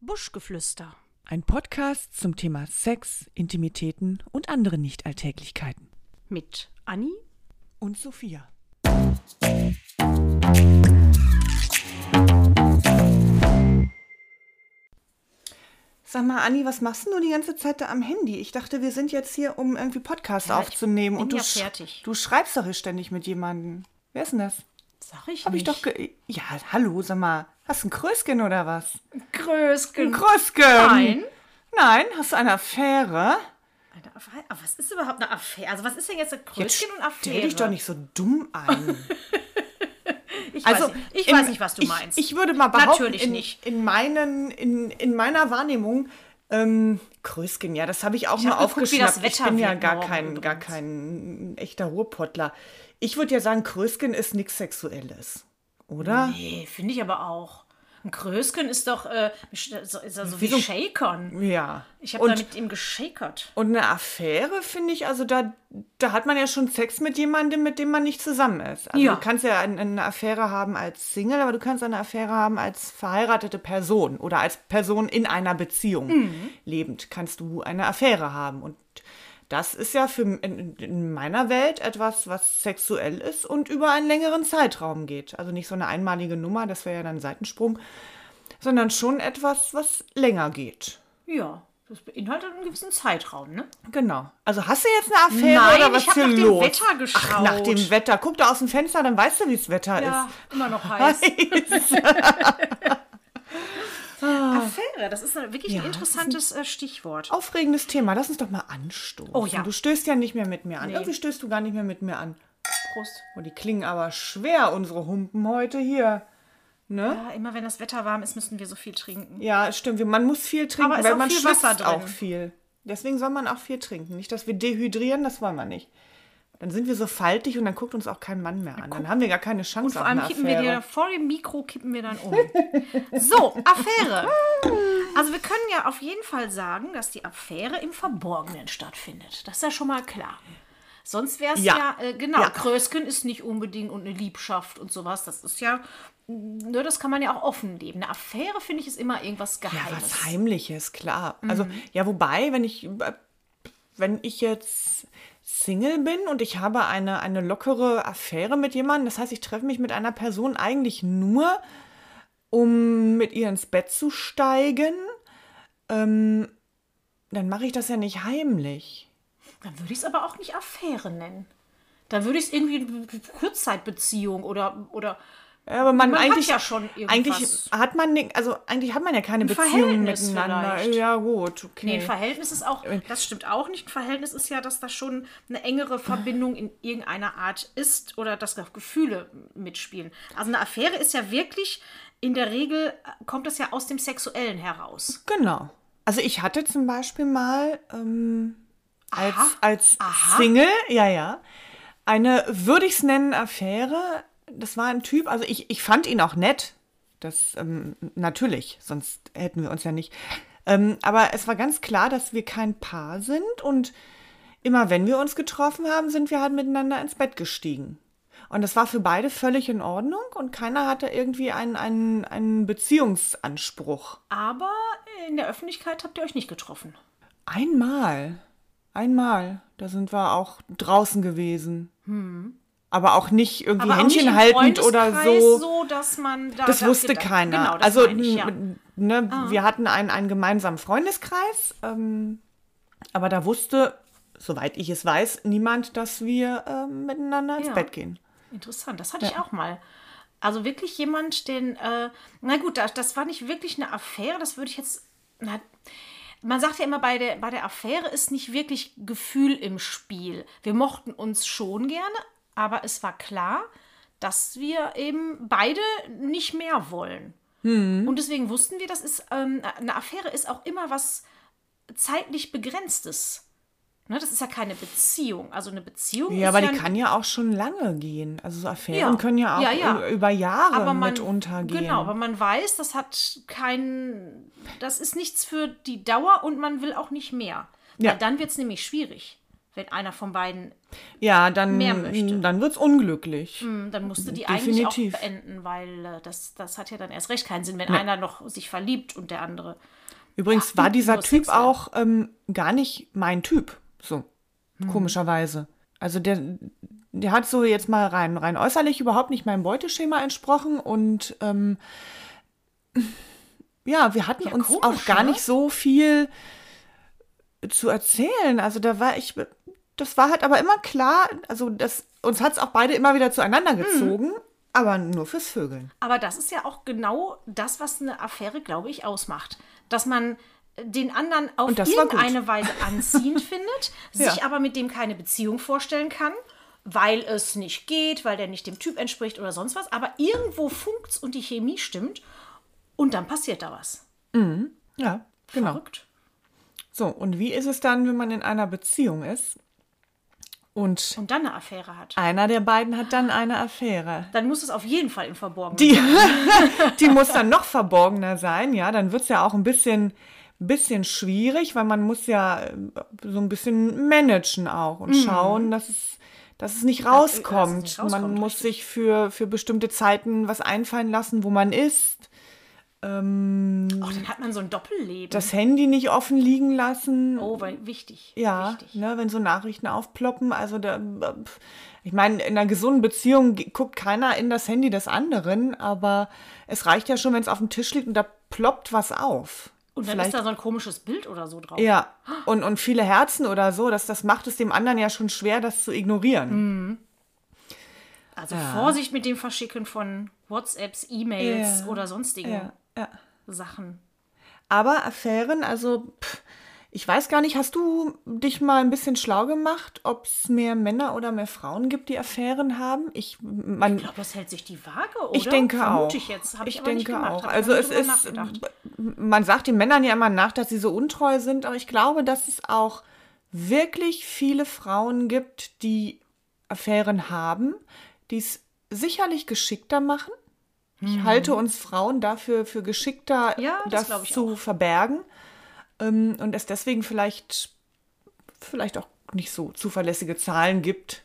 Buschgeflüster. Ein Podcast zum Thema Sex, Intimitäten und andere Nichtalltäglichkeiten. Mit Anni? Und Sophia. Sag mal, Anni, was machst denn du die ganze Zeit da am Handy? Ich dachte, wir sind jetzt hier, um irgendwie Podcasts Ja, ich aufzunehmen. bin und du, ja sch- fertig. du schreibst doch hier ständig mit jemandem. Wer ist denn das? Sag ich Hab ich nicht. doch ge Ja, hallo, sag mal. Hast du ein Krösken oder was? Ein Größgen. Krösken! Hm. Nein. Nein, hast du eine Affäre? Eine Affäre? Aber was ist überhaupt eine Affäre? Also was ist denn jetzt eine Jetzt Größgen und Affäre? Stell dich doch nicht so dumm an. Ich, Also, weiß, nicht. ich in- weiß nicht, was du ich, meinst. Ich würde mal behaupten, Natürlich in, nicht. In, meinen, in, in meiner Wahrnehmung, ähm, Krösken, ja, das habe ich auch Ich mal hab geguckt, wie aufgeschnappt. das Wetter ich bin ja wird gar morgen kein, gar übrigens. kein echter Ruhrpottler. Ich würde ja sagen, Krösken ist nichts Sexuelles, oder? nee, finde ich aber auch. Ein Größgen ist doch äh, so- ist also wie, Shakern. Ja. Ich habe da und, mit ihm geschakert. und eine Affäre, finde ich, also da, da hat man ja schon Sex mit jemandem, mit dem man nicht zusammen ist. Also Ja. du kannst ja ein, eine Affäre haben als Single, aber du kannst eine Affäre haben als verheiratete Person oder als Person in einer Beziehung lebend. Kannst du eine Affäre haben. Und das ist ja für m- in, in meiner Welt etwas, was sexuell ist und über einen längeren Zeitraum geht. Also nicht so eine einmalige Nummer, das wäre ja dann ein Seitensprung, sondern schon etwas, was länger geht. Ja, das beinhaltet einen gewissen Zeitraum, ne? Genau. Also hast du jetzt eine Affäre Nein, oder was ich hab hier nach dem los? Wetter geschaut. Ach, nach dem Wetter. Guck da aus dem Fenster, dann weißt du, wie das Wetter Ja, ist. immer noch heiß. Affäre, das ist eine- wirklich ein interessantes äh, Stichwort. Aufregendes Thema. Lass uns doch mal anstoßen. Oh ja. Du stößt ja nicht mehr mit mir an. Irgendwie stößt du gar nicht mehr mit mir an. Prost. Und die klingen aber schwer, unsere Humpen heute hier. Ja, Ah, immer wenn das Wetter warm ist, müssen wir so viel trinken. Ja, stimmt. Man muss viel trinken, Aber ist weil auch man viel schwitzt Wasser drin. auch viel. Deswegen soll man auch viel trinken. Nicht, dass wir dehydrieren, das wollen wir nicht. Dann sind wir so faltig und dann guckt uns auch kein Mann mehr an. Dann haben wir gar keine Chance Vor auf allem eine kippen wir Affäre. dir vor dem Mikro kippen wir dann um. So, Affäre. Also wir können ja auf jeden Fall sagen, dass die Affäre im Verborgenen stattfindet. Das ist ja schon mal klar. Sonst wäre es ja, Ja. äh, genau, Ja. Krösken ist nicht unbedingt und eine Liebschaft und sowas. Das ist ja, ne, das kann man ja auch offen leben. Eine Affäre, finde ich, ist immer irgendwas Ja, Geheimes. was Heimliches, klar. Also, Mhm. ja, wobei, wenn ich, äh, wenn ich jetzt Single bin und ich habe eine, eine lockere Affäre mit jemandem, das heißt, ich treffe mich mit einer Person eigentlich nur, um mit ihr ins Bett zu steigen, ähm, dann mache ich das ja nicht heimlich. Dann würde ich es aber auch nicht Affäre nennen. Dann würde ich es irgendwie Kurzzeitbeziehung oder, oder Ja, Aber man, Man hat eigentlich ja schon Eigentlich irgendwas. hat man, ni- also eigentlich hat man ja keine Beziehung Verhältnis miteinander. vielleicht. Ja, gut, okay. Nee, ein Verhältnis ist auch, das stimmt auch nicht. Ein Verhältnis ist ja, dass da schon eine engere Verbindung in irgendeiner Art ist oder dass da Gefühle mitspielen. Also eine Affäre ist ja wirklich, in der Regel äh, kommt das ja aus dem Sexuellen heraus. Genau. Also ich hatte zum Beispiel mal ähm, als, Aha. als Aha. Single, ja, ja, eine, würde ich es nennen, Affäre. Das war ein Typ, also ich, ich fand ihn auch nett. Das ähm, natürlich, sonst hätten wir uns ja nicht. Ähm, aber es war ganz klar, dass wir kein Paar sind und immer wenn wir uns getroffen haben, sind wir halt miteinander ins Bett gestiegen. Und das war für beide völlig in Ordnung und keiner hatte irgendwie einen, einen, einen Beziehungsanspruch. Aber in der Öffentlichkeit habt ihr euch nicht getroffen. Einmal. Einmal. Da sind wir auch draußen gewesen. Aber auch nicht irgendwie Hm. Aber auch nicht Händchen im haltend oder Freundeskreis so. so, dass man da das da wusste gedacht- keiner. Genau, das also meine ich, ja. Ah. n- ne, wir hatten einen, einen gemeinsamen Freundeskreis. Ähm, aber da wusste, soweit ich es weiß, niemand, dass wir ähm, miteinander ins Ja. Bett gehen. Interessant, das hatte ich auch mal. Also wirklich jemand, den, äh, na gut, das, das war nicht wirklich eine Affäre, das würde ich jetzt, na, man sagt ja immer, bei der, bei der Affäre ist nicht wirklich Gefühl im Spiel. Wir mochten uns schon gerne, aber es war klar, dass wir eben beide nicht mehr wollen. Hm. Und deswegen wussten wir, das ist, ähm, eine Affäre ist auch immer was zeitlich Begrenztes. Ne, das ist ja keine Beziehung. Also eine Beziehung Ja, ist aber die ja kann ja auch schon lange gehen. Also so Affären Ja. können ja auch Ja, ja. ü- über Jahre aber man, mitunter gehen. Genau, aber man weiß, das hat keinen, das ist nichts für die Dauer und man will auch nicht mehr. Ja. Weil dann wird es nämlich schwierig, wenn einer von beiden, ja, dann, mehr möchte. dann wird es unglücklich. hm, dann musste die eigentlich Definitiv. auch beenden, weil äh, das, das hat ja dann erst recht keinen Sinn, wenn einer noch sich verliebt und der andere Übrigens Ach, war die- dieser nur Typ sexuell. auch ähm, gar nicht mein Typ. So, Mhm. komischerweise. Also der, der hat so jetzt mal rein, rein äußerlich überhaupt nicht meinem Beuteschema entsprochen und ähm, ja, wir hatten Ja, uns komisch, auch gar ne? nicht so viel zu erzählen. Also da war ich, das war halt aber immer klar, also das, uns hat es auch beide immer wieder Mhm. zueinander gezogen, aber nur fürs Vögeln. Aber das ist ja auch genau das, was eine Affäre, glaube ich, ausmacht. Dass man den anderen auf Und das war gut. irgendeine Weise anziehend findet, Ja. sich aber mit dem keine Beziehung vorstellen kann, weil es nicht geht, weil der nicht dem Typ entspricht oder sonst was. Aber irgendwo funkt's und die Chemie stimmt und dann passiert da was. Ja, genau. Verrückt. So, und wie ist es dann, wenn man in einer Beziehung ist und Und dann eine Affäre hat. einer der beiden hat dann eine Affäre? Dann muss es auf jeden Fall im Verborgenen Die, die muss dann noch verborgener sein, ja, dann wird es ja auch ein bisschen, bisschen schwierig, weil man muss ja äh, so ein bisschen managen auch und schauen, dass es, dass es nicht Mhm. äh, Dass- dass es nicht rauskommt. man rauskommt, muss sich für, für bestimmte Zeiten was einfallen lassen, wo man Mhm. ist. Ähm, Ach, Oh, dann hat man so ein Doppelleben. das Handy nicht offen liegen lassen. oh, weil, wichtig. Ja, Wichtig. ne, wenn so Nachrichten aufploppen, also da, pf, ich meine, in einer gesunden Beziehung ge- guckt keiner in das Handy des anderen, aber es reicht ja schon, wenn es auf dem Tisch liegt und da ploppt was auf. Und dann ist da so ein komisches Bild oder so drauf. ja, und, und viele Herzen oder so, das, das macht es dem anderen ja schon schwer, das zu ignorieren. Also Vorsicht mit dem Verschicken von WhatsApps, E-Mails Ja. oder sonstigen Ja, ja. Sachen. Aber Affären, also pff, ich weiß gar nicht, hast du dich mal ein bisschen schlau gemacht, ob es mehr Männer oder mehr Frauen gibt, die Affären haben? Ich, man, Ich glaube, das hält sich die Waage, oder? Ich denke Vermute auch. ich jetzt. Habe ich, ich aber denke nicht gemacht. auch. Hab ich Also noch es nicht drüber ist, nachgedacht. man sagt den Männern ja immer nach, dass sie so untreu sind, aber ich glaube, dass es auch wirklich viele Frauen gibt, die Affären haben, die es sicherlich geschickter machen. Ich halte uns Frauen dafür für geschickter, Mhm. Ja, das das, glaube ich zu verbergen ähm, und es deswegen vielleicht vielleicht auch nicht so zuverlässige Zahlen gibt.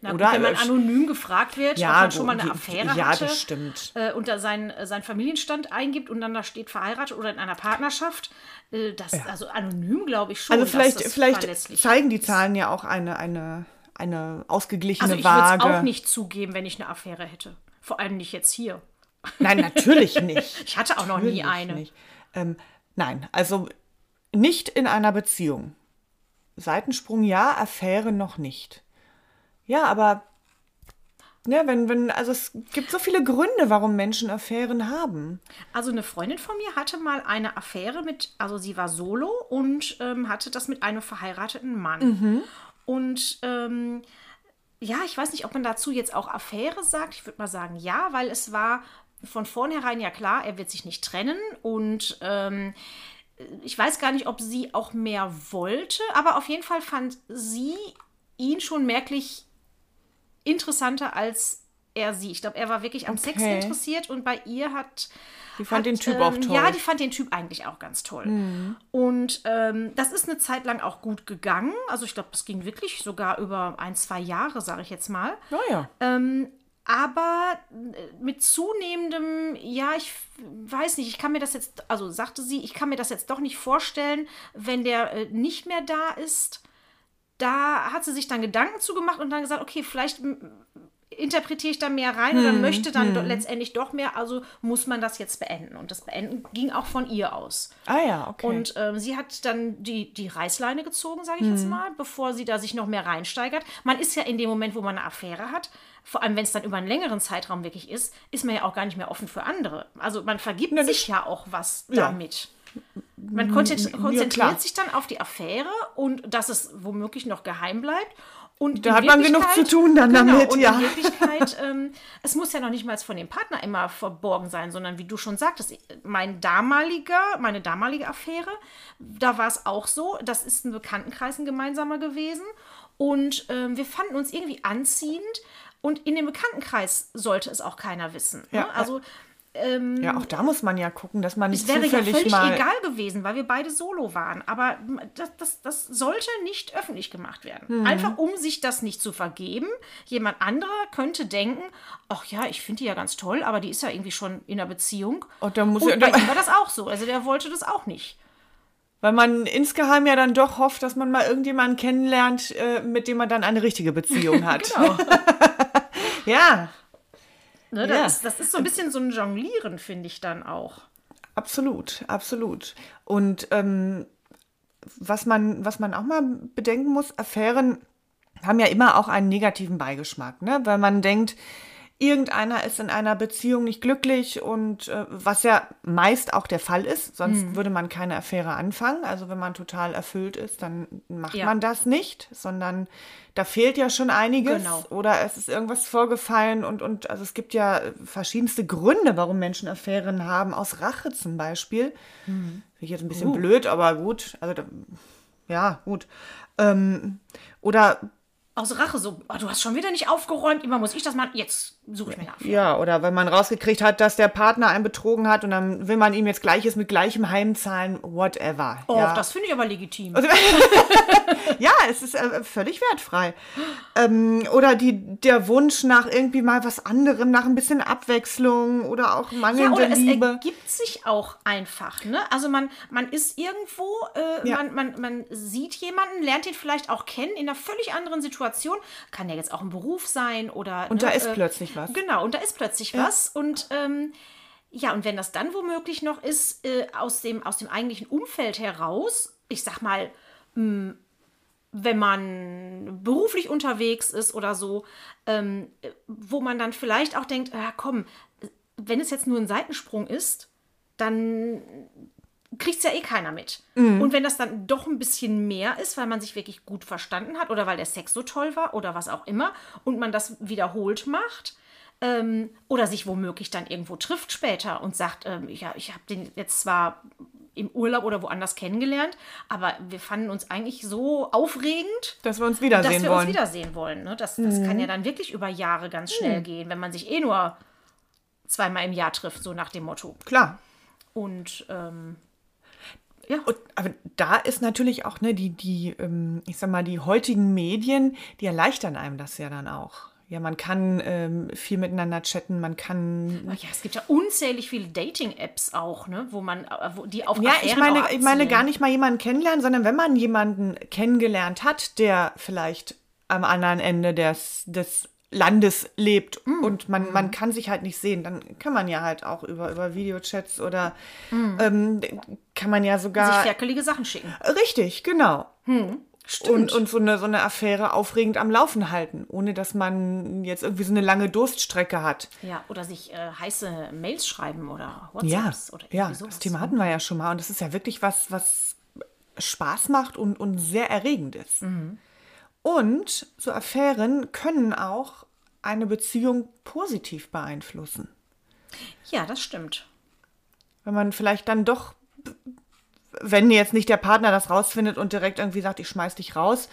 Na, oder? gut, wenn man Also, anonym gefragt wird, ob man schon so- mal eine je- Affäre ja, hatte. das stimmt. Äh, unter seinen, äh, seinen Familienstand eingibt und dann da steht verheiratet oder in einer Partnerschaft. Äh, das also anonym glaube ich schon. Also vielleicht, dass Oh, das vielleicht verlässlich zeigen die Zahlen ja auch eine, eine, eine ausgeglichene Also ich würde es Waage. auch nicht zugeben, wenn ich eine Affäre hätte. Vor allem nicht jetzt hier. Nein, natürlich nicht. Ich hatte auch noch nie Natürlich eine. Nicht. Ähm, nein, also nicht in einer Beziehung. Seitensprung ja, Affäre noch nicht. Ja, aber ja, wenn, wenn, also es gibt so viele Gründe, warum Menschen Affären haben. Also eine Freundin von mir hatte mal eine Affäre mit, also sie war solo und ähm, hatte das mit einem verheirateten Mann. Und ähm, ja, ich weiß nicht, ob man dazu jetzt auch Affäre sagt. Ich würde mal sagen ja, weil es war von vornherein ja klar, er wird sich nicht trennen und ähm, ich weiß gar nicht, ob sie auch mehr wollte, aber auf jeden Fall fand sie ihn schon merklich interessanter als er sie. Ich glaube, er war wirklich am Sex Okay. interessiert und bei ihr hat Die fand hat, den Typ ähm, auch toll. Hm. Ja, die fand den Typ eigentlich auch ganz toll. Und ähm, das ist eine Zeit lang auch gut gegangen. Also ich glaube, das ging wirklich sogar über ein, zwei Jahre, sage ich jetzt mal. naja. Aber äh, mit zunehmendem, ja, ich f- weiß nicht, ich kann mir das jetzt, also sagte sie, ich kann mir das jetzt doch nicht vorstellen, wenn der äh, nicht mehr da ist. Da hat sie sich dann Gedanken zugemacht und dann gesagt, okay, vielleicht m, interpretiere ich da mehr rein oder möchte dann do letztendlich doch mehr, also muss man das jetzt beenden. Und das Beenden ging auch von ihr aus. ah ja, okay. Und ähm, sie hat dann die, die Reißleine gezogen, sage ich Hm. jetzt mal, bevor sie da sich noch mehr reinsteigert. Man ist ja in dem Moment, wo man eine Affäre hat, vor allem wenn es dann über einen längeren Zeitraum wirklich ist, ist man ja auch gar nicht mehr offen für andere. Also man vergibt Na, das- sich ja auch was Ja. damit. Man konzentri- konzentriert klar. sich dann auf die Affäre und dass es womöglich noch geheim bleibt. Und Da in hat man genug Wirklichkeit- genau, zu tun dann damit, und ja. In Wirklichkeit, ähm, es muss ja noch nicht mal von dem Partner immer verborgen sein, sondern wie du schon sagtest, mein damaliger, meine damalige Affäre, da war es auch so, das ist ein Bekanntenkreis ein gemeinsamer gewesen und ähm, wir fanden uns irgendwie anziehend und in dem Bekanntenkreis sollte es auch keiner wissen. Ja, ne? Also Ähm, Ja, auch da muss man ja gucken, dass man nicht es wäre ja zufällig völlig mal. egal gewesen, weil wir beide solo waren. Aber das, das, das sollte nicht öffentlich gemacht Mhm. werden. Einfach um sich das nicht zu vergeben. Jemand anderer könnte denken, ach ja, ich finde die ja ganz toll, aber die ist ja irgendwie schon in einer Beziehung. Und Oh, da muss Und ja- bei ihm war das auch so. Also der wollte das auch nicht. Weil man insgeheim ja dann doch hofft, dass man mal irgendjemanden kennenlernt, äh, mit dem man dann eine richtige Beziehung hat. Genau. Ja, Ne, Ja. das, ist, das ist so ein bisschen so ein Jonglieren, finde ich dann auch. absolut, absolut. Und ähm, was, man, was man auch mal bedenken muss, Affären haben ja immer auch einen negativen Beigeschmack, ne? weil man denkt, irgendeiner ist in einer Beziehung nicht glücklich und äh, was ja meist auch der Fall ist, sonst würde man keine Affäre anfangen. Also wenn man total erfüllt ist, dann macht Ja. man das nicht, sondern da fehlt ja schon einiges Genau. oder es ist irgendwas vorgefallen und, und also es gibt ja verschiedenste Gründe, warum Menschen Affären haben, aus Rache zum Beispiel. Mhm. Finde ich jetzt ein Uh. bisschen blöd, aber gut, also da, ja, gut. Ähm, oder Aus Rache so, oh, du hast schon wieder nicht aufgeräumt, immer muss ich das machen, jetzt suche ich mir nach. Ja, oder wenn man rausgekriegt hat, dass der Partner einen betrogen hat und dann will man ihm jetzt Gleiches mit gleichem heimzahlen, whatever. Oh, ja. das finde ich aber legitim. ja, es ist äh, völlig wertfrei. Ähm, oder die, der Wunsch nach irgendwie mal was anderem, nach ein bisschen Abwechslung oder auch Ja, mangelnde oder es Liebe. ergibt sich auch einfach. Ne? Also man, man ist irgendwo, äh, Ja. man, man, man sieht jemanden, lernt ihn vielleicht auch kennen in einer völlig anderen Situation. Kann ja jetzt auch ein Beruf sein oder. Und da ist plötzlich was. ne? Genau, und da ist plötzlich was. Und ähm, ja, und wenn das dann womöglich noch ist, äh, aus, dem, aus dem eigentlichen Umfeld heraus, ich sag mal, hm, wenn man beruflich unterwegs ist oder so, ähm, äh, wo man dann vielleicht auch denkt, ja komm, äh, wenn es jetzt nur ein Seitensprung ist, dann kriegt es ja eh keiner mit. Und wenn das dann doch ein bisschen mehr ist, weil man sich wirklich gut verstanden hat oder weil der Sex so toll war oder was auch immer und man das wiederholt macht ähm, oder sich womöglich dann irgendwo trifft später und sagt, ähm, ja, ich habe den jetzt zwar im Urlaub oder woanders kennengelernt, aber wir fanden uns eigentlich so aufregend, dass wir uns dass wiedersehen wir wollen. uns wiedersehen wollen. Ne? Das, das kann ja dann wirklich über Jahre ganz schnell gehen, wenn man sich eh nur zweimal im Jahr trifft, so nach dem Motto. Klar. Und ähm, Und, aber da ist natürlich auch, ne, die, die, ähm, ich sag mal, die heutigen Medien, die erleichtern einem das ja dann auch. Ja, man kann ähm, viel miteinander chatten, man kann Oh ja, es gibt ja unzählig viele Dating-Apps auch, ne? wo man, äh, wo, die auf Ja, ich Affären meine, auch ich meine abzielen. gar nicht mal jemanden kennenlernen, sondern wenn man jemanden kennengelernt hat, der vielleicht am anderen Ende des, des Landes lebt Mm. und man, man kann sich halt nicht sehen, dann kann man ja halt auch über, über Videochats oder ähm, kann man ja Mm. Sich sogar. ferkelige Sachen schicken. Richtig, genau. Hm, Stimmt. Und, und so, eine, so eine Affäre aufregend am Laufen halten, ohne dass man jetzt irgendwie so eine lange Durststrecke hat. ja, oder sich äh, heiße Mails schreiben oder Ja, WhatsApps oder irgendwie ja sowas. ne? das Thema hatten wir ja schon mal. Und das ist ja wirklich was, was Spaß macht und, und sehr erregend ist. Mhm. Und so Affären können auch eine Beziehung positiv beeinflussen. Ja, das stimmt. Wenn man vielleicht dann doch, wenn jetzt nicht der Partner das rausfindet und direkt irgendwie sagt, ich schmeiß dich raus,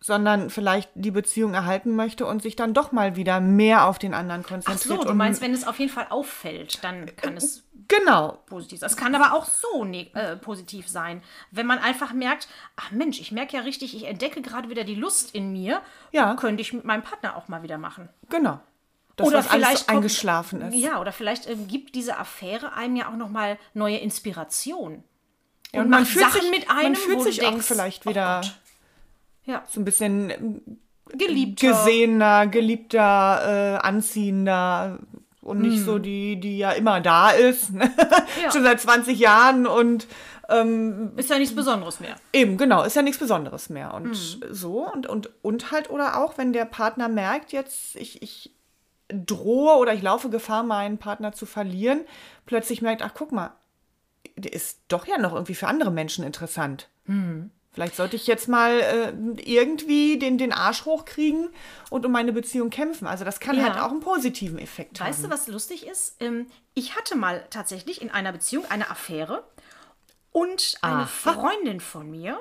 sondern vielleicht die Beziehung erhalten möchte und sich dann doch mal wieder mehr auf den anderen Ach konzentriert. so, du und- meinst, wenn es auf jeden Fall auffällt, Äh, dann kann es Genau, positiv sein. Es kann aber auch so ne äh, positiv sein, wenn man einfach merkt, ach Mensch, ich merke ja richtig, ich entdecke gerade wieder die Lust in mir. Ja. Könnte ich mit meinem Partner auch mal wieder machen. genau. Dass Oder das alles vielleicht so kommt- eingeschlafen ist. Ja, oder vielleicht ähm, gibt diese Affäre einem ja auch nochmal neue Inspiration. Ja, und macht Sachen mit einem, man wo fühlt du sich denkst, auch vielleicht oh wieder Gott. Ja, so ein bisschen ähm, geliebt. gesehener, geliebter, äh, anziehender und nicht so die, die ja immer da ist, ne? Hm. Ja. schon seit 20 Jahren und Ist ja nichts Besonderes mehr. eben, genau, ist ja nichts Besonderes mehr und Mhm. so und, und, und halt oder auch, wenn der Partner merkt, jetzt ich, ich drohe oder ich laufe Gefahr, meinen Partner zu verlieren, plötzlich merkt, ach guck mal, der ist doch ja noch irgendwie für andere Menschen interessant. Mhm. Vielleicht sollte ich jetzt mal äh, irgendwie den, den Arsch hochkriegen und um meine Beziehung kämpfen. Also das kann Ja. halt auch einen positiven Effekt Weißt haben. du, was lustig ist? Ähm, ich hatte mal tatsächlich in einer Beziehung eine Affäre und eine Aha. Freundin von mir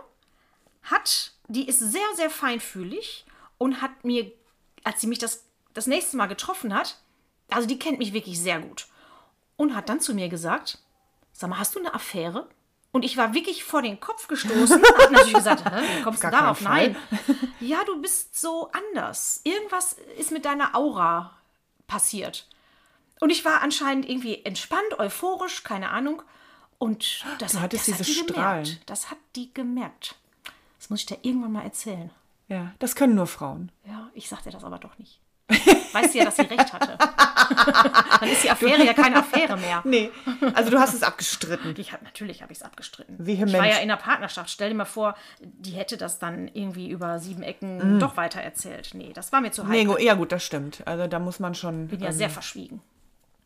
hat, die ist sehr, sehr feinfühlig und hat mir, als sie mich das, das nächste Mal getroffen hat, also die kennt mich wirklich sehr gut. und hat dann zu mir gesagt, sag mal, hast du eine Affäre? Und ich war wirklich vor den Kopf gestoßen. Hab natürlich gesagt, Hä, wie kommst du Gar darauf? keinen Nein. Ja, du bist so anders. Irgendwas ist mit deiner Aura passiert. Und ich war anscheinend irgendwie entspannt, euphorisch, keine Ahnung. Und das, Du hat, das hattest hat diese die Strahlen. gemerkt. Das hat die gemerkt. Das muss ich dir irgendwann mal erzählen. Ja, das können nur Frauen. Ja, ich sagte das aber doch nicht. Weißt du ja, dass sie recht hatte. Dann ist die Affäre ja keine Affäre mehr. Nee, also du hast es abgestritten. Ich hab, natürlich habe ich es abgestritten. Vehement. Ich war ja in der Partnerschaft. Stell dir mal vor, die hätte das dann irgendwie über sieben Ecken doch weiter erzählt. Nee, das war mir zu heikel. Mm. Nee, gu- ja gut, das stimmt. Also da muss man schon. ähm, ich bin ja sehr verschwiegen.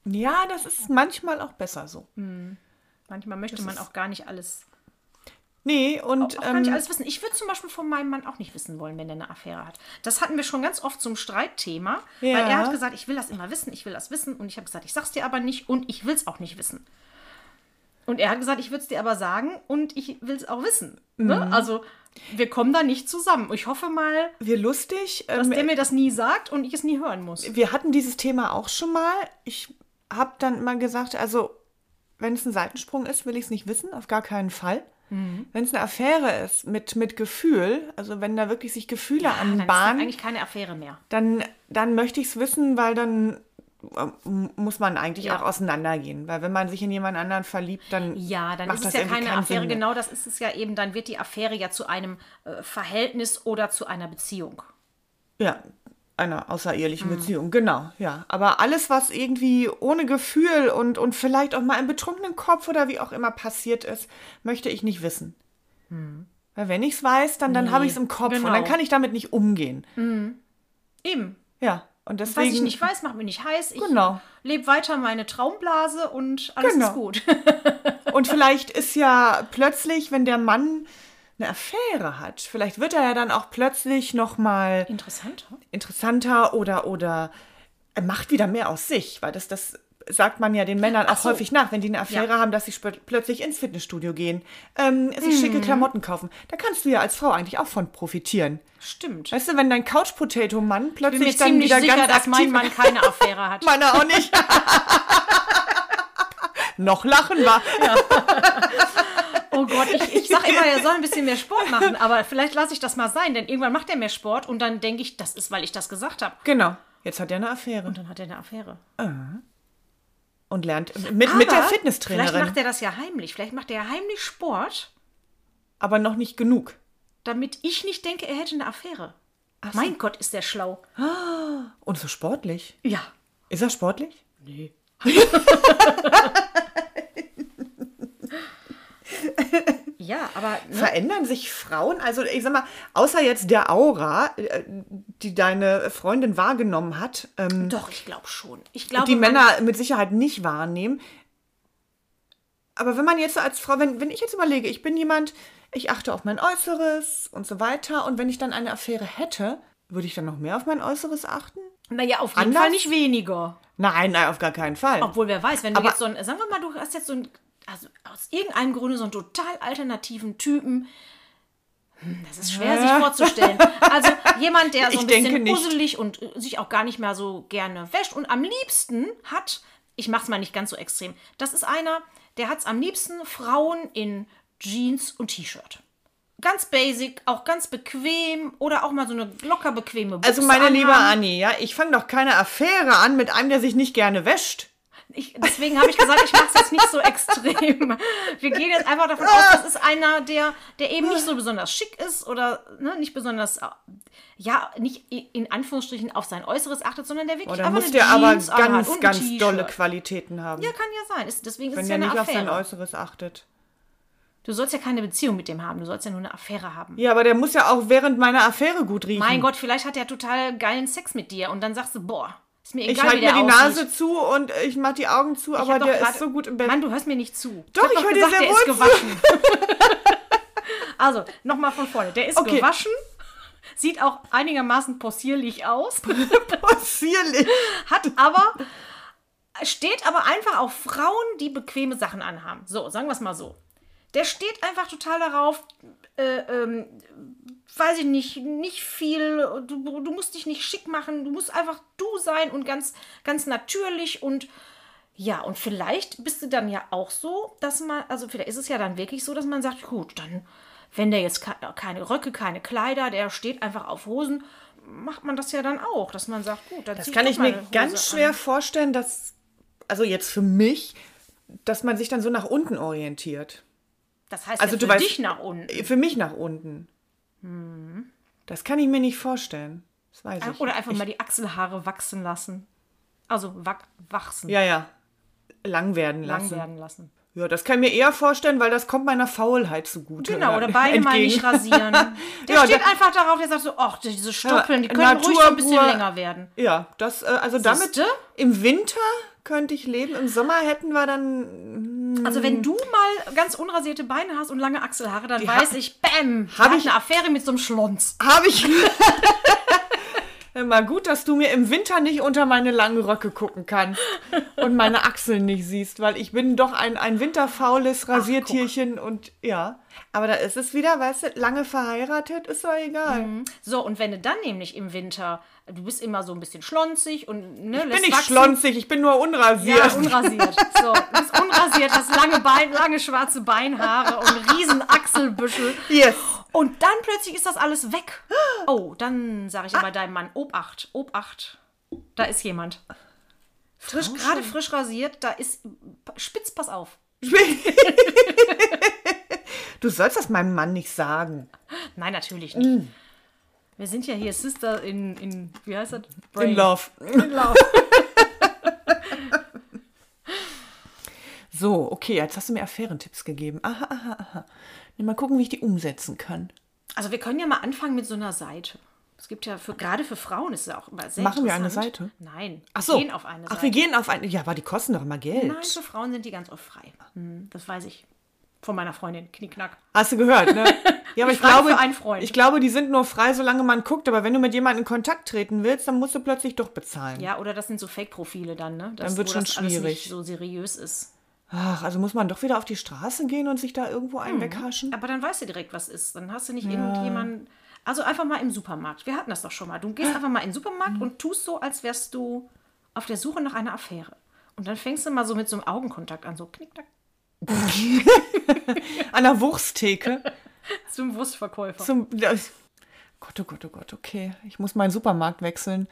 ja, das ist manchmal auch besser so. Manchmal möchte man auch gar nicht alles, Nee, und auch gar nicht ähm, alles wissen. Ich würde zum Beispiel von meinem Mann auch nicht wissen wollen, wenn er eine Affäre hat. Das hatten wir schon ganz oft zum Streitthema, Ja. weil er hat gesagt, ich will das immer wissen, ich will das wissen. Und ich habe gesagt, ich sag's dir aber nicht und ich will's auch nicht wissen. Und er hat gesagt, ich würde es dir aber sagen und ich will es auch wissen. Ne? Also, wir kommen da nicht zusammen. Ich hoffe mal, wir lustig. dass Ähm, der mir das nie sagt und ich es nie hören muss. wir hatten dieses Thema auch schon mal. Ich habe dann immer gesagt, also wenn es ein Seitensprung ist, will ich es nicht wissen, auf gar keinen Fall. Mhm. Wenn es eine Affäre ist mit, mit Gefühl, also wenn da wirklich sich Gefühle Dann ist das anbahnen, eigentlich keine Affäre mehr. dann, dann möchte ich es wissen, weil dann ähm, muss man eigentlich Ja. auch auseinandergehen. Weil wenn man sich in jemand anderen verliebt, dann Ja, dann macht ist es das ja irgendwie keine keinen Affäre. Sinn mehr. Genau das ist es ja eben. Dann wird die Affäre ja zu einem äh, Verhältnis oder zu einer Beziehung. Ja, einer außerehelichen Mhm. Beziehung, genau, ja. Aber alles, was irgendwie ohne Gefühl und, und vielleicht auch mal im betrunkenen Kopf oder wie auch immer passiert ist, möchte ich nicht wissen. Weil wenn ich es weiß, dann, dann habe ich es im Kopf und Mhm. genau. dann kann ich damit nicht umgehen. Eben. Ja, und Was deswegen... ich nicht weiß, macht mir nicht heiß. Ich Genau. lebe weiter meine Traumblase und alles Genau. ist gut. Und vielleicht ist ja plötzlich, wenn der Mann eine Affäre hat, vielleicht wird er ja dann auch plötzlich nochmal Interessant. hm? interessanter oder, oder er macht wieder mehr aus sich, weil das, das sagt man ja den Männern auch Ach so. häufig nach, wenn die eine Affäre Ja. Mhm. haben, dass sie spö- plötzlich ins Fitnessstudio gehen, ähm, sich schicke Klamotten kaufen. Da kannst du ja als Frau eigentlich auch von profitieren. Stimmt. Weißt du, wenn dein Couch-Potato-Mann Ich bin mir plötzlich dann ziemlich wieder sicher, ganz dass mein aktiv... Mann keine Affäre hat. Meiner auch nicht. Noch lachen war. Oh Gott, ich, ich sag immer, er soll ein bisschen mehr Sport machen, aber vielleicht lasse ich das mal sein, denn irgendwann macht er mehr Sport und dann denke ich, das ist, weil ich das gesagt habe. Genau, jetzt hat er eine Affäre. Und dann hat er eine Affäre. Und lernt mit, mit der Aber Vielleicht Fitnesstrainerin, macht er das ja heimlich. Vielleicht macht er ja heimlich Sport, aber noch nicht genug. damit ich nicht denke, er hätte eine Affäre. Mein Gott, ist der schlau. Und so sportlich. Ja. Ist er sportlich? Nee. ja, aber ne, Verändern sich Frauen? Also ich sag mal, außer jetzt der Aura, äh, die deine Freundin wahrgenommen hat, ähm, doch, ich glaube schon. Ich glaube, die Genau, man- Männer mit Sicherheit nicht wahrnehmen. Aber wenn man jetzt so als Frau, wenn, wenn ich jetzt überlege, ich bin jemand, ich achte auf mein Äußeres und so weiter, und wenn ich dann eine Affäre hätte, würde ich dann noch mehr auf mein Äußeres achten? Naja, auf jeden Anders? Fall nicht weniger. Nein, nein, auf gar keinen Fall. Obwohl, wer weiß, wenn du Aber- jetzt so ein, sagen wir mal, du hast jetzt so ein, also aus irgendeinem Grunde so einen total alternativen Typen. Hm, Das ist schwer, sich vorzustellen. Also jemand, der so Ich ein denke bisschen nicht. puzzelig und äh, sich auch gar nicht mehr so gerne wäscht und am liebsten hat, ich mach's mal nicht ganz so extrem, das ist einer, der hat's am liebsten Frauen in Jeans und T-Shirt. Ganz basic, auch ganz bequem oder auch mal so eine locker bequeme Buchse also meine liebe anhaben. Anni, ja, ich fange doch keine Affäre an mit einem, der sich nicht gerne wäscht. Ich, deswegen habe ich gesagt, ich mache es jetzt nicht so extrem. Wir gehen jetzt einfach davon aus, das ist einer, der, der eben nicht so besonders schick ist oder ne, nicht besonders, äh, ja, nicht i- in Anführungsstrichen auf sein Äußeres achtet, sondern der wirklich Oder einfach muss eine der aber Jeans anhat ganz, und ein ganz T-Shirt. dolle Qualitäten haben. Ja, kann ja sein. Ist, deswegen ist wenn es der ja nicht eine auf sein Affäre. Äußeres achtet. Du sollst ja keine Beziehung mit dem haben, du sollst ja nur eine Affäre haben. Ja, aber der muss ja auch während meiner Affäre gut riechen. Mein Gott, vielleicht hat er total geilen Sex mit dir und dann sagst du, boah, ist mir ich egal, halte wie der mir die aussieht. Nase zu und ich mache die Augen zu, Ich aber hab doch der grad- ist so gut im Bett. Mann, du hörst mir nicht zu. Doch, hab ich hör dir sehr der wohl ist zu. gewaschen. also, nochmal von vorne. Der ist Okay. gewaschen, sieht auch einigermaßen possierlich aus, Oh, possierlich. hat aber, steht aber einfach auf Frauen, die bequeme Sachen anhaben. So, sagen wir es mal so. Der steht einfach total darauf, äh, ähm, weiß ich nicht, nicht viel, du, du musst dich nicht schick machen, du musst einfach du sein und ganz, ganz natürlich und Ja, und vielleicht bist du dann ja auch so, dass man, also vielleicht ist es ja dann wirklich so, dass man sagt, gut, dann, wenn der jetzt ke- keine Röcke, keine Kleider, der steht einfach auf Hosen, macht man das ja dann auch, dass man sagt, gut, dann Das zieh kann doch ich mal mir eine Hose ganz an. schwer vorstellen, dass, also jetzt für mich, dass man sich dann so nach unten orientiert. Das heißt, Also ja du für weißt- dich nach unten. Für mich nach unten. Das kann ich mir nicht vorstellen. Das weiß ich. Hm. ne? Oder einfach mal die Achselhaare wachsen lassen. Also wack- wachsen, Ja, ja. Lang werden lang lassen. werden lassen. Ja, das kann ich mir eher vorstellen, weil das kommt meiner Faulheit zugute. Genau, oder beide mal nicht rasieren. Der Ja, steht da- einfach darauf, der sagt so, ach, diese Stoppeln, die Ja, können ruhig Natur schon ein bisschen pur. länger werden. Ja, das, äh, also damit Siehste? im Winter könnte ich leben. Im Sommer hätten wir dann, Also wenn du Mm. mal ganz unrasierte Beine hast und lange Achselhaare, dann hab- weiß ich, bäm, hab hab ich- ich eine Affäre mit so einem Schlons. habe ich. Mal gut, dass du mir im Winter nicht unter meine langen Röcke gucken kannst und meine Achseln nicht siehst, weil ich bin doch ein, ein winterfaules Rasiertierchen und ja. Aber da ist es wieder, weißt du, lange verheiratet, ist doch egal. So, und wenn du dann nämlich im Winter, du bist immer so ein bisschen schlonzig und ne, Bin lässt ich wachsen. schlonzig, ich bin nur unrasiert. Ja, unrasiert. So, du bist unrasiert, hast lange Bein, lange schwarze Beinhaare und riesen Achselbüschel. Yes. Und dann plötzlich ist das alles weg. Oh, dann sage Ah. ich aber deinem Mann, Obacht, Obacht, da ist jemand. Frisch, gerade frisch rasiert, da ist, spitz, pass auf. Du sollst das meinem Mann nicht sagen. Nein, natürlich nicht. Mm. Wir sind ja hier Sister in, in wie heißt das? Brain. In Love. In Love. So, okay, jetzt hast du mir Affärentipps gegeben. Aha, aha, aha. Mal gucken, wie ich die umsetzen kann. Also wir können ja mal anfangen mit so einer Seite. Es gibt ja, für, gerade für Frauen ist es auch immer sehr Machen wir eine interessant. Seite? Nein, Ach so. wir gehen auf eine Seite. Ach, wir gehen auf eine. Ja, aber die kosten doch immer Geld. Nein, für Frauen sind die ganz oft frei. Hm, Das weiß ich. Von meiner Freundin, Knickknack. Hast du gehört, ne? Ja, aber Ich frage für einen Freund. ich glaube, die sind nur frei, solange man guckt. Aber wenn du mit jemandem in Kontakt treten willst, dann musst du plötzlich doch bezahlen. Ja, oder das sind so Fake-Profile dann, ne? Das, Dann wird's wo schon das alles schwierig. nicht so seriös ist. Ach, also muss man doch wieder auf die Straße gehen und sich da irgendwo Mhm. einen weghaschen? Aber dann weißt du direkt, was ist. Dann hast du nicht irgendjemanden. Also einfach mal im Supermarkt. Wir hatten das doch schon mal. Du gehst Ah. einfach mal in den Mhm. Supermarkt und tust so, als wärst du auf der Suche nach einer Affäre. Und dann fängst du mal so mit so einem Augenkontakt an, so knickknack An der Wursttheke? zum Wurstverkäufer. Zum. äh, Gott, oh Gott, oh Gott, okay. Ich muss meinen Supermarkt wechseln.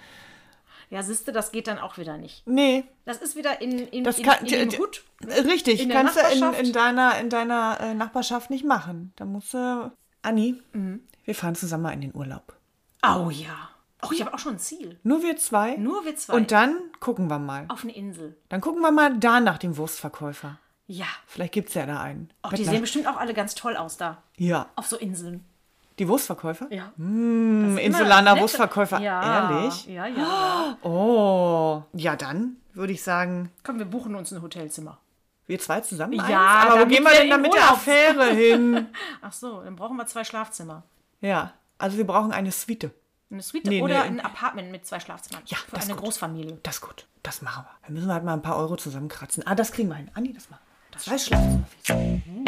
ja, siehste, das geht dann auch wieder nicht. Nee, Das ist wieder in, in, Das in, kann- in d- den Hut. Richtig, In der kannst du in, Nachbarschaft? in deiner, in deiner äh, Nachbarschaft nicht machen. Da musst du. Anni, Mhm. wir fahren zusammen mal in den Urlaub. Oh ja. Oh, ich habe auch schon ein Ziel. Nur wir zwei. Nur wir zwei Und dann gucken wir mal. auf eine Insel. Dann gucken wir mal da nach dem Wurstverkäufer. Ja. Vielleicht gibt es ja da einen. Auch Oh, die Bettler- sehen bestimmt auch alle ganz toll aus da. ja, Auf so Inseln. die Wurstverkäufer? Ja. Hm, Insulaner Nette- Wurstverkäufer. Ja. Ehrlich? Ja, ja. Oh. Ja, dann würde ich sagen, Komm, wir buchen uns ein Hotelzimmer. wir zwei zusammen. Ja, eins. aber wo damit gehen wir wir denn dann in mit der Urlaub- Affäre hin? Ach so, dann brauchen wir zwei Schlafzimmer. ja, also wir brauchen eine Suite. Eine Suite Nee, oder nee. ein Apartment mit zwei Schlafzimmern. Ja, Für das ist eine gut. Großfamilie. Das ist gut. Ah, Das machen wir. Dann müssen wir halt mal ein paar Euro zusammenkratzen. Ah, das kriegen wir hin. Anni, das machen wir. Das weiß Schlafzimmer.